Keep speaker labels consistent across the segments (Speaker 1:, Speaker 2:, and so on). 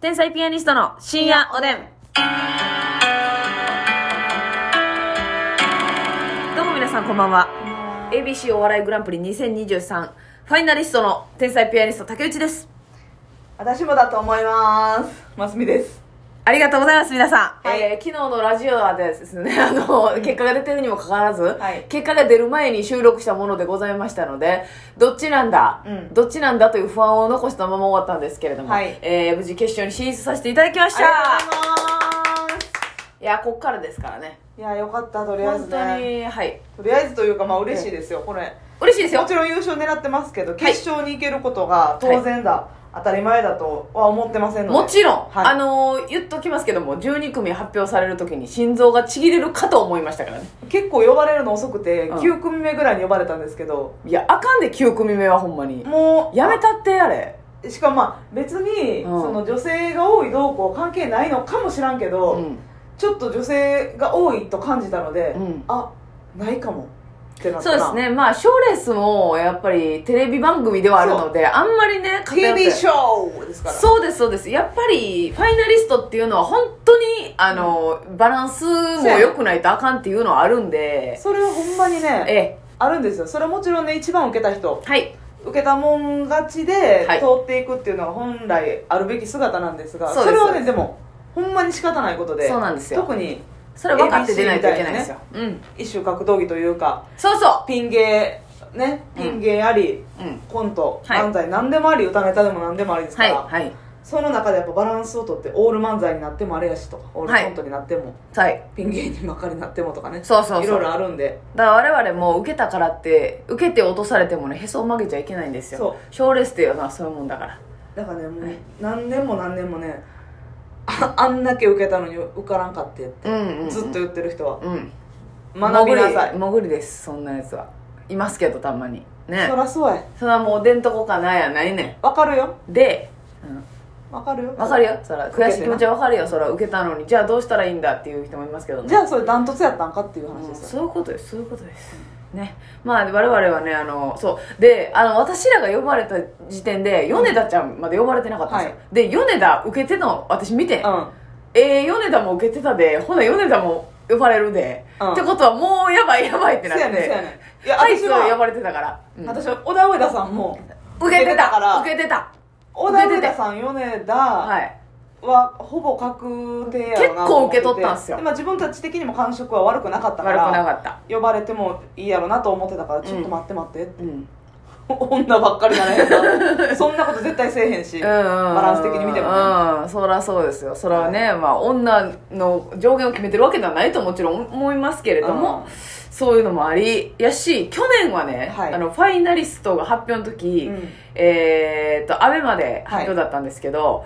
Speaker 1: 天才ピアニストの深夜おでん。どうも皆さんこんばんは。ABC お笑いグランプリ2023ファイナリストの天才ピアニスト竹内です。
Speaker 2: 私もだと思いますますみです
Speaker 1: ありがとうございます、皆さん。
Speaker 2: はい
Speaker 1: えー昨日のラジオでですね、あの、結果が出てるにもかかわらず、
Speaker 2: はい
Speaker 1: 結果が出る前に収録したものでございましたので、どっちなんだ、
Speaker 2: うん
Speaker 1: どっちなんだという不安を残したまま終わったんですけれども、
Speaker 2: はい
Speaker 1: えー無事決勝に進出させていただきました。
Speaker 2: ありがとうございます
Speaker 1: いや、こっからですからね。
Speaker 2: いやよかったとりあえず
Speaker 1: 本当
Speaker 2: ね
Speaker 1: に、はい。
Speaker 2: とりあえずというかまあ嬉しいですよこれ
Speaker 1: 嬉しいですよ
Speaker 2: も。ちろん優勝狙ってますけど決勝に行けることが当然だ、当たり前だとは思ってませんので
Speaker 1: もちろん、
Speaker 2: はい
Speaker 1: あのー言っときますけども、12組発表されるときに心臓がちぎれるかと思いましたからね。
Speaker 2: 結構呼ばれるの遅くて、
Speaker 1: うん
Speaker 2: 9組目ぐらいに呼ばれたんですけど
Speaker 1: いや、あかんで9組目はほんまに。
Speaker 2: もう
Speaker 1: やめたって、あれ。
Speaker 2: しかもまあ別に、
Speaker 1: うん
Speaker 2: その女性が多いどうこう関係ないのかもしらんけど、
Speaker 1: うん。
Speaker 2: ちょっと女性が多いと感じたので、
Speaker 1: うん
Speaker 2: あないかもってなった
Speaker 1: そう
Speaker 2: な
Speaker 1: ですね。まあ、賞レースも、やっぱり、テレビ番組ではあるので、あんまりね、偏って
Speaker 2: TV ショーですから
Speaker 1: そうです、そうです。やっぱり、ファイナリストっていうのは、本当に、あの、バランスも良くないとあかんっていうのはあるんで、
Speaker 2: それはほんまにね
Speaker 1: ええ、
Speaker 2: あるんですよそれはもちろんね一番受けた人
Speaker 1: はい、
Speaker 2: 受けたもん勝ちで
Speaker 1: はい
Speaker 2: 通っていくっていうのは本来あるべき姿なんですが、
Speaker 1: そうで
Speaker 2: そ
Speaker 1: す
Speaker 2: れは
Speaker 1: そう
Speaker 2: ね
Speaker 1: で
Speaker 2: でもほんまに仕方ないことで
Speaker 1: そうなんですよ
Speaker 2: 特に
Speaker 1: それは分かって出ないといけないですよ。うん。
Speaker 2: 一種格闘技というか
Speaker 1: そうそ
Speaker 2: ピン芸ね
Speaker 1: うん
Speaker 2: ピン芸あり、
Speaker 1: う。うん。
Speaker 2: コント、
Speaker 1: はい
Speaker 2: 漫才何でもあり歌ネタでも何でもありですか
Speaker 1: はい、
Speaker 2: ら、
Speaker 1: はい。
Speaker 2: その中でやっぱバランスをとってオール漫才になってもあれやしとかオールコントになっても、
Speaker 1: はい。
Speaker 2: ピン芸にばっかりなってもとかね
Speaker 1: そうそうそう。
Speaker 2: いろいろあるんで
Speaker 1: だから我々も受けたからって受けて落とされてもねへそを曲げちゃいけないんです
Speaker 2: そう
Speaker 1: よ賞レースっていうのはそういうもんだから
Speaker 2: だからねもう
Speaker 1: はい
Speaker 2: 何年も何年もねああんだけ受けたのに受からんかってって
Speaker 1: うんうん、
Speaker 2: ずっと言ってる人は
Speaker 1: うん
Speaker 2: 学びなさ
Speaker 1: 潜
Speaker 2: い
Speaker 1: り潜りですそんなやつはいますけどたまにね
Speaker 2: そらそうや
Speaker 1: それはもう出んとこかなやないね
Speaker 2: わかるよ
Speaker 1: んで、う
Speaker 2: わかるよ
Speaker 1: ん、分かるよそら
Speaker 2: 受けてな
Speaker 1: 悔しい気持ちは分かるよそら受けたのにじゃあどうしたらいいんだっていう人もいますけどね
Speaker 2: じゃあそれダントツやったんかっていう話
Speaker 1: うん
Speaker 2: ですよ
Speaker 1: そういうことですそういうことです、ねまあ我々はねあのそうであの私らが呼ばれた時点で米田ちゃんまで呼ばれてなかったんですよ、
Speaker 2: は
Speaker 1: で米田受けてたの私見て、
Speaker 2: う
Speaker 1: えー、米田も受けてたでほな米田も呼ばれるで、
Speaker 2: うん
Speaker 1: ってことはもうやばいやばいって
Speaker 2: ん
Speaker 1: な
Speaker 2: そ
Speaker 1: っ
Speaker 2: う
Speaker 1: て
Speaker 2: やねんそうやねんいや
Speaker 1: あいつ
Speaker 2: 私
Speaker 1: は呼
Speaker 2: は
Speaker 1: ばれてたから、うん
Speaker 2: 私は小田上田さんも
Speaker 1: 受けてた
Speaker 2: から
Speaker 1: 受けてた
Speaker 2: 小田上田さん米田
Speaker 1: はい
Speaker 2: はほぼ確定やろうな
Speaker 1: 結構受け取ったんすよ
Speaker 2: でまあ自分たち的にも感触は悪くなかったか
Speaker 1: 悪くな
Speaker 2: ら
Speaker 1: かった
Speaker 2: 呼ばれてもいいやろうなと思ってたからちょっと待って待ってって
Speaker 1: うん
Speaker 2: 女ばっかりじ ゃないそんなこと絶対せえへんし、
Speaker 1: うんうんうん
Speaker 2: バランス的に見てもね、
Speaker 1: うんそらそうですよそらね、まあ女の上限を決めてるわけではないともちろん思いますけれども、
Speaker 2: うん
Speaker 1: そういうのもありやし去年はね、
Speaker 2: はい
Speaker 1: あのファイナリストが発表の時、
Speaker 2: うん
Speaker 1: えーっとアベマで発表だったんですけど、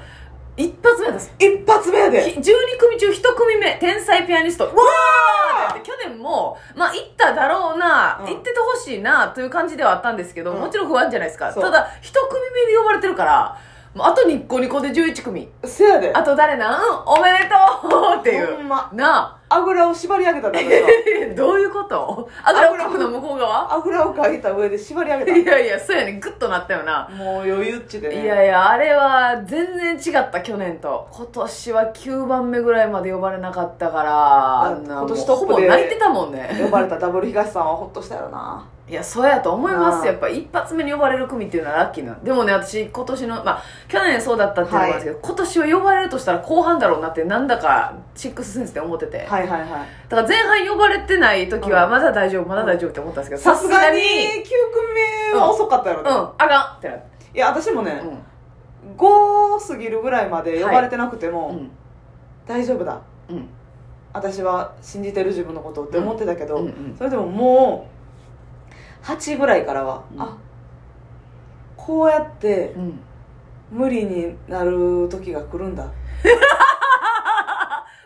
Speaker 1: 一発目です
Speaker 2: 一発目やで
Speaker 1: ひ12組中1組目天才ピアニストうわーって去年もまあ行っただろうな、
Speaker 2: うん
Speaker 1: 行っててほしいなという感じではあったんですけど、
Speaker 2: うん
Speaker 1: もちろん不安じゃないですか
Speaker 2: そう
Speaker 1: ただ1組目で呼ばれてるからもうあとニッコニコで11組
Speaker 2: せやで
Speaker 1: あと誰なんおめでとうってい
Speaker 2: ほ
Speaker 1: うん
Speaker 2: ま
Speaker 1: な
Speaker 2: あぐらを縛り上げたんだ私は
Speaker 1: あ どういうことあと6の向こう側
Speaker 2: あぐらをかいた上で縛り上
Speaker 1: い
Speaker 2: げ
Speaker 1: やいやそうやねグッとなったよな
Speaker 2: たもう余裕っちでね
Speaker 1: いやいやあれは全然違った去年と今年は9番目ぐらいまで呼ばれなかったからあんなもう
Speaker 2: 今年トップで
Speaker 1: ほぼ泣いてたもんね
Speaker 2: 呼ばれたダブル東さんはほっとしたよない
Speaker 1: やそうやと思いま
Speaker 2: な
Speaker 1: す
Speaker 2: あ
Speaker 1: やっぱ一発目に呼ばれる組っていうのはラッキーなでもね私今年のまあ去年そうだったっていうのもあるんですけど、今年は呼ばれるとしたら後半だろうなってなんだかシックスセンスで思ってて、
Speaker 2: はいはいはい
Speaker 1: だから前半呼ばれてない時は
Speaker 2: うん
Speaker 1: まだ大丈夫、まだ大丈夫って思ったんですけど
Speaker 2: さすがに
Speaker 1: う
Speaker 2: 9組目は遅かったやろ
Speaker 1: んあかんってなって、
Speaker 2: いや私もね、
Speaker 1: う
Speaker 2: 5過ぎるぐらいまで呼ばれてなくても、
Speaker 1: んうん
Speaker 2: 大丈夫だ
Speaker 1: うん
Speaker 2: 私は信じてる自分のことって思ってたけど、
Speaker 1: うんうん
Speaker 2: それでももう8ぐらいからは、
Speaker 1: うん
Speaker 2: あこうやって
Speaker 1: うん
Speaker 2: 無理になる時が来るんだ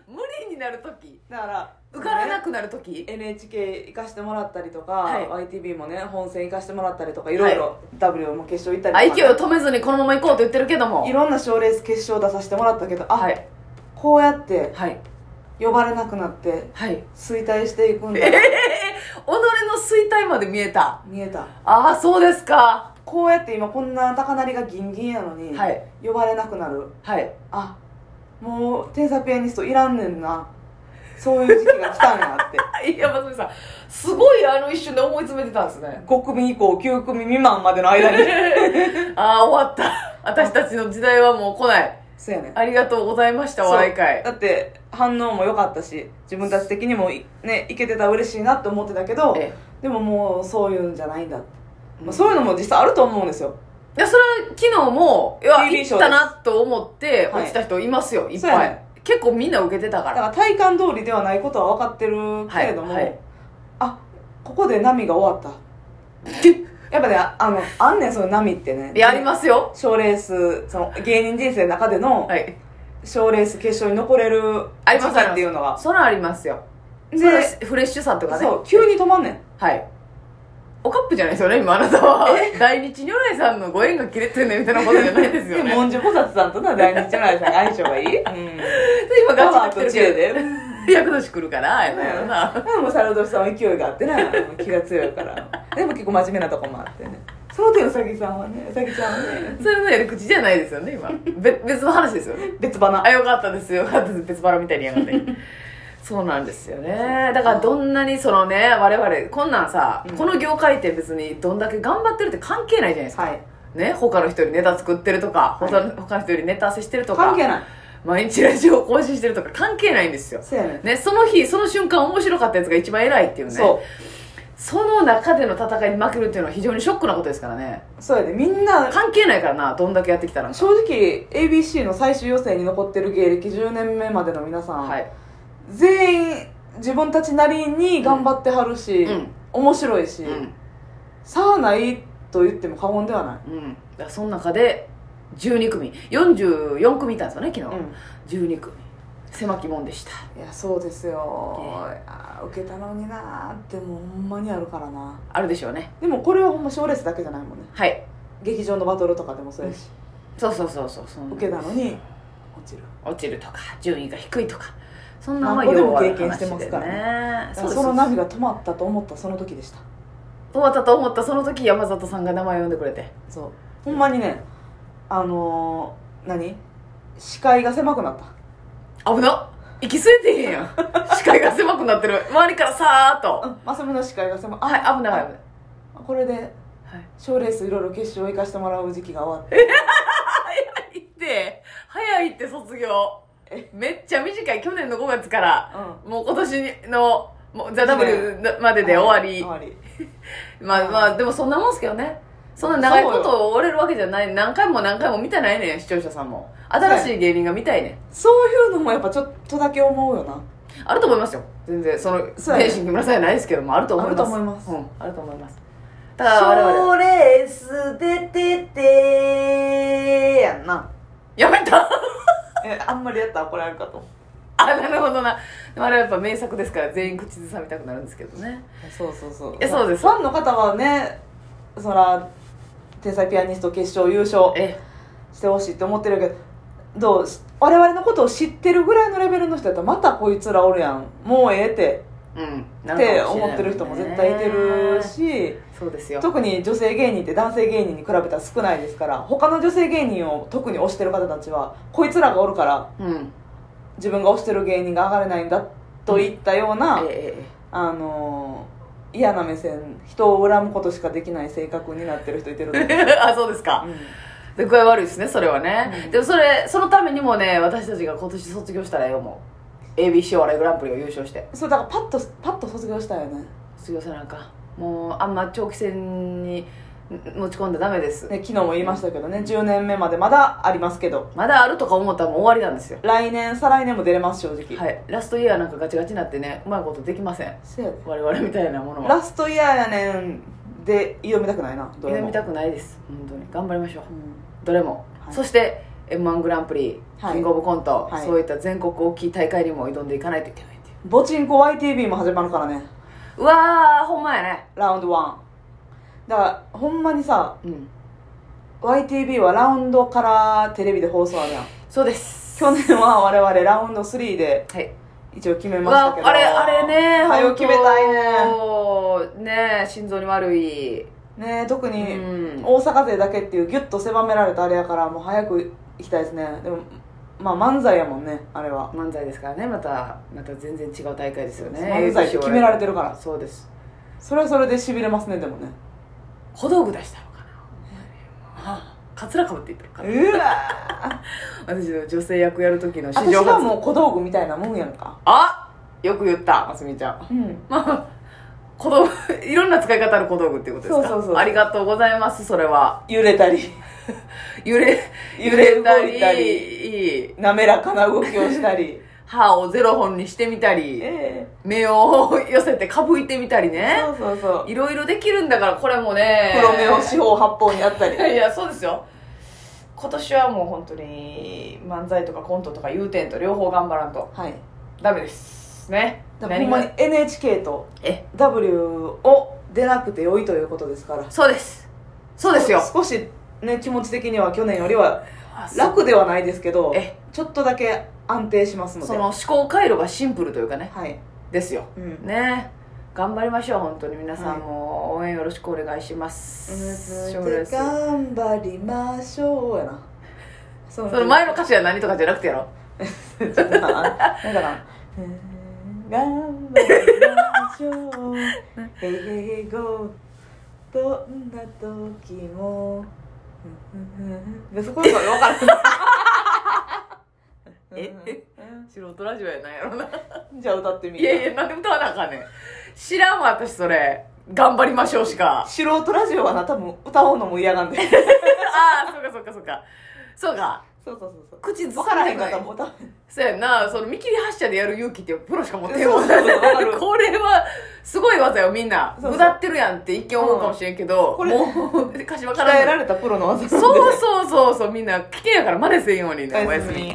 Speaker 1: 無理になる時
Speaker 2: だから
Speaker 1: 受からな
Speaker 2: く
Speaker 1: くなる時
Speaker 2: NHK 行かしてもらったりとか、
Speaker 1: はい
Speaker 2: YTV もね本戦行かしてもらったりとかいろいろ、W も決勝行った
Speaker 1: あ
Speaker 2: りと
Speaker 1: 息を
Speaker 2: か、
Speaker 1: 止めずにこのまま行こうと言ってるけども
Speaker 2: いろんな賞レース決勝出させてもらったけどあ、
Speaker 1: はい
Speaker 2: こうやって
Speaker 1: はい
Speaker 2: 呼ばれなくなって
Speaker 1: はい
Speaker 2: 衰退していくんだ、
Speaker 1: ええ己の衰退まで見えた
Speaker 2: 見えた
Speaker 1: ああそうですか
Speaker 2: こうやって今こんな高鳴りがギンギンやのに、
Speaker 1: はい
Speaker 2: 呼ばれなくなる
Speaker 1: はい
Speaker 2: あもう天才ピアニストいらんねんなそういう時期が来たん やって
Speaker 1: いや松見さんすごいあの一瞬で思い詰めてたんですね
Speaker 2: 5組以降9組未満までの間に
Speaker 1: ああ終わった私たちの時代はもう来ない
Speaker 2: そうやねん
Speaker 1: ありがとうございました笑い会
Speaker 2: だって反応も良かったし自分たち的にもいねいけてたら嬉しいなって思ってたけど
Speaker 1: え
Speaker 2: でももうそういうんじゃないんだ、まあ、
Speaker 1: う
Speaker 2: そういうのも実際あると思うんですよ
Speaker 1: いやそれは昨日もいや
Speaker 2: TV
Speaker 1: 行ったなと思って
Speaker 2: はい
Speaker 1: 落ちた人いますよ、い、っ
Speaker 2: そうや
Speaker 1: ぱい、
Speaker 2: ね
Speaker 1: 結構みんな受けてたか
Speaker 2: だからら体感通りではないことは分かってるけれども、
Speaker 1: はいはい
Speaker 2: あここで波が終わったやっぱねああのあんねんその波ってね
Speaker 1: いやありますよ
Speaker 2: 賞レースその芸人人生の中での
Speaker 1: はい
Speaker 2: 賞レース決勝に残れる
Speaker 1: あります
Speaker 2: 時期っていうのが
Speaker 1: そらありますよ
Speaker 2: で
Speaker 1: そらフレッシュさとかね
Speaker 2: そう急に止まんねん
Speaker 1: はいおカップじゃないですよね今あなたは大日如来さんのご縁が切れてるねみたいなことじゃないですよ
Speaker 2: で
Speaker 1: ね
Speaker 2: 文殊菩薩さんとな大日如来さんが相性がいい、う
Speaker 1: で
Speaker 2: ん、
Speaker 1: 今ガ
Speaker 2: パワー
Speaker 1: チで
Speaker 2: と
Speaker 1: 来
Speaker 2: 知
Speaker 1: て
Speaker 2: 恵
Speaker 1: る
Speaker 2: で
Speaker 1: で役年来るからやなやろな、
Speaker 2: でも猿年さんは勢いがあってな気が強いからでも結構真面目なとこもあってねそうだようさぎさんはねうさぎちゃんはね
Speaker 1: それのやり口じゃないですよね今べ別の話ですよね
Speaker 2: 別花
Speaker 1: あよかったですよよかったです別腹みたいにやがってそうなんですよねだからどんなにそのね我々こんなんさ、
Speaker 2: うん
Speaker 1: この業界って別にどんだけ頑張ってるって関係ないじゃないですか、
Speaker 2: はい
Speaker 1: ね他の人よりネタ作ってるとか、
Speaker 2: はい
Speaker 1: 他の他の人よりネタ合わせしてるとか
Speaker 2: 関係ない
Speaker 1: 毎日ラジオ更新してるとか関係ないんですよ
Speaker 2: そうやねん
Speaker 1: ね、その日その瞬間面白かったやつが一番偉いっていうね
Speaker 2: そ
Speaker 1: その中での戦いに負けるっていうのは非常にショックなことですからね
Speaker 2: うそうやねみんな
Speaker 1: 関係ないからなどんだけやってきたら
Speaker 2: 正直 ABC の最終予選に残ってる芸歴10年目までの皆さん、
Speaker 1: はい
Speaker 2: 全員自分たちなりに頑張ってはるし、
Speaker 1: うん
Speaker 2: 面白いし、
Speaker 1: うん
Speaker 2: 差はないと言っても過言ではない
Speaker 1: うんだからその中で12組44組いたんですよね昨日、12組狭きもんでした
Speaker 2: いやそうですよ、
Speaker 1: ね
Speaker 2: あー受けたのになーってもうほんまにあるからな
Speaker 1: あるでしょうね
Speaker 2: でもこれはほんま賞レースだけじゃないもんね
Speaker 1: はい
Speaker 2: 劇場のバトルとかでもそうやし、
Speaker 1: そうそうそうそうその
Speaker 2: 受けたのに落ちる
Speaker 1: 落ちるとか順位が低いとかそんなまあ
Speaker 2: 何個で
Speaker 1: 要
Speaker 2: も
Speaker 1: は
Speaker 2: 経
Speaker 1: 話
Speaker 2: 験してますから
Speaker 1: で
Speaker 2: ね
Speaker 1: ね
Speaker 2: そ
Speaker 1: そうです
Speaker 2: そのナビが止まったと思ったその時でした
Speaker 1: 終わったと思ったその時山里さんが名前呼んでくれて
Speaker 2: そうほんまにねあのー、何視界が狭くなった
Speaker 1: 危な息吸えてへんやん視界が狭くなってる周りからさーっと
Speaker 2: マスミの視界が狭く
Speaker 1: あはい危ない危ない
Speaker 2: これで
Speaker 1: はい
Speaker 2: 賞レースいろいろ決勝行かしてもらう時期が終わって
Speaker 1: 行って早いって卒業
Speaker 2: え
Speaker 1: めっちゃ短い去年の5月から
Speaker 2: うん
Speaker 1: もう今年のもうザ・ W までで終わり、
Speaker 2: 終わり
Speaker 1: まあまあでもそんなもんすけどねそんな長いことを折れるわけじゃない何回も何回も見たないねん視聴者さんも新しい芸人が見たいねん
Speaker 2: そういうのもやっぱちょっとだけ思うよな
Speaker 1: あると思いますよ全然その
Speaker 2: そうやね
Speaker 1: 天心木村さんやないですけどもあると思います
Speaker 2: あると思います
Speaker 1: うん、あると思いますだから我々
Speaker 2: 賞レース出ててやんな
Speaker 1: やめた
Speaker 2: えあんまりやったら怒られるかと
Speaker 1: あなるほどなでもあれはやっぱ名作ですから全員口ずさみたくなるんですけどね
Speaker 2: そうそうそう
Speaker 1: えそうです
Speaker 2: ファンの方はねそら天才ピアニスト決勝優勝
Speaker 1: え
Speaker 2: してほしいって思ってるけどどうし我々のことを知ってるぐらいのレベルの人やったらまたこいつらおるやんもうええって
Speaker 1: うんな
Speaker 2: って
Speaker 1: るかもしれない
Speaker 2: 思ってる人も絶対いてるし
Speaker 1: そうですよ
Speaker 2: 特に女性芸人って男性芸人に比べたら少ないですから他の女性芸人を特に推してる方たちはこいつらがおるから
Speaker 1: うん
Speaker 2: 自分が推してる芸人が上がれないんだといったような、
Speaker 1: えええ
Speaker 2: あのー嫌な目線人を恨むことしかできない性格になってる人いて ると思う
Speaker 1: えあそうですか、で具合悪いですねそれはね、
Speaker 2: うん
Speaker 1: でもそれそのためにもね私たちが今年卒業したらええ思う ABC お笑いグランプリを優勝して
Speaker 2: そうだからパッとパッと卒業したよね
Speaker 1: 卒業せなんかもうあんま長期戦にん持ち込んだらダメです、
Speaker 2: ね昨日も言いましたけどね10年目までまだありますけど
Speaker 1: まだあるとか思ったらもう終わりなんですよ
Speaker 2: 来年再来年も出れます正直、
Speaker 1: はいラストイヤーなんかガチガチになってねうまいことできません
Speaker 2: せやで
Speaker 1: 我々みたいなものは
Speaker 2: ラストイヤーやねんで挑みたくないなどれ
Speaker 1: 挑
Speaker 2: も
Speaker 1: みたくないです本当に頑張りましょう
Speaker 2: うん
Speaker 1: どれも、
Speaker 2: はい
Speaker 1: そして m 1グランプリ、
Speaker 2: はい
Speaker 1: キングオブコント、
Speaker 2: はい
Speaker 1: そういった全国大きい大会にも挑んでいかないといけないっていう
Speaker 2: ボチンコ YTV も始まるからね
Speaker 1: うわーほんまやね
Speaker 2: ラウンド1だからほんまにさ
Speaker 1: うん
Speaker 2: YTV はラウンドからテレビで放送あ るやん
Speaker 1: そうです
Speaker 2: 去年は我々ラウンド3で
Speaker 1: はい、
Speaker 2: 一応決め
Speaker 1: う
Speaker 2: ました
Speaker 1: わ
Speaker 2: けど
Speaker 1: あれあれね
Speaker 2: 早
Speaker 1: 本
Speaker 2: く決めたいね
Speaker 1: 当ね心臓に悪い
Speaker 2: ねえ特に
Speaker 1: うん
Speaker 2: 大阪勢だけっていうギュッと狭められたあれやからもう早く行きたいですねでもまあ漫才やもんねあれは
Speaker 1: 漫才ですからねまたまた全然違う大会ですよね
Speaker 2: 漫才って決められてるから
Speaker 1: そうです
Speaker 2: それはそれでしびれますねで もね
Speaker 1: 小道具出したのかなカツラかぶっていってるから
Speaker 2: うわ
Speaker 1: 私の女性役やる時の史
Speaker 2: 私
Speaker 1: 上
Speaker 2: は
Speaker 1: 初
Speaker 2: もう小道具みたいなもんやんか
Speaker 1: あよく言ったますみちゃん
Speaker 2: うん
Speaker 1: まあ小道具いろんな使い方ある小道具っていうことですか
Speaker 2: そうそうそう
Speaker 1: ありがとうございますそれは
Speaker 2: 揺れ たり
Speaker 1: 揺れ
Speaker 2: 揺れ
Speaker 1: 揺れた
Speaker 2: 動いた
Speaker 1: り
Speaker 2: 滑らかな動きをした り
Speaker 1: 歯をゼロ本にしてみたり
Speaker 2: え
Speaker 1: 目を寄せてかぶいてみたり
Speaker 2: え
Speaker 1: ね
Speaker 2: そうそうそう
Speaker 1: いろいろできるんだからこれもね
Speaker 2: 黒目を四方八方にやったり
Speaker 1: いやいやそうですよ今年はもう本当に漫才とかコントとか言うてんと両方頑張らんと
Speaker 2: はい
Speaker 1: ダメですね
Speaker 2: だからほんま
Speaker 1: 何
Speaker 2: に
Speaker 1: が
Speaker 2: NHK と
Speaker 1: え
Speaker 2: W を出なくて良いということですから
Speaker 1: そうですそうですよ
Speaker 2: 少しね気持ち的には去年よりは
Speaker 1: 楽
Speaker 2: 楽ではないですけど
Speaker 1: え
Speaker 2: ちょっとだけ安定しますので
Speaker 1: その思考回路がシンプルというかね
Speaker 2: はい、
Speaker 1: ですよ
Speaker 2: うん、
Speaker 1: ね頑張りましょう本当に皆さ
Speaker 2: はい
Speaker 1: んも応援よろしくお願いします、将来です
Speaker 2: 頑張りましょうやなそ
Speaker 1: その前の歌詞は何とかじゃなくてやろ
Speaker 2: ちょっとななんかなうーん頑張りましょう英語どんな時もでそこは分からん
Speaker 1: え素人ラジオやなんやろな
Speaker 2: じゃあ歌ってみ
Speaker 1: いやいや何で歌わなあかんねん知らんわ私それ頑張りましょうしか
Speaker 2: 素人ラジオはな多分歌おうのも嫌なんで
Speaker 1: ああ、そうかそうかそうか。そうか。
Speaker 2: そうそうそうそう
Speaker 1: 口ず
Speaker 2: 分からへん方も歌う
Speaker 1: そうやんな。その見切り発車でやる勇気ってプロしか持ってへんもん
Speaker 2: そうそうそうわかる
Speaker 1: これは、すごい技よ、みんな。
Speaker 2: そうそう
Speaker 1: ぐだってるやんって一見思うかもしれんけど、
Speaker 2: うん
Speaker 1: もう、歌詞わか
Speaker 2: 鍛え
Speaker 1: ら
Speaker 2: ら
Speaker 1: ん。
Speaker 2: れたプロの技なんで
Speaker 1: そうそうそうそう、みんな、危険やから真似せんようにね、おやすみ。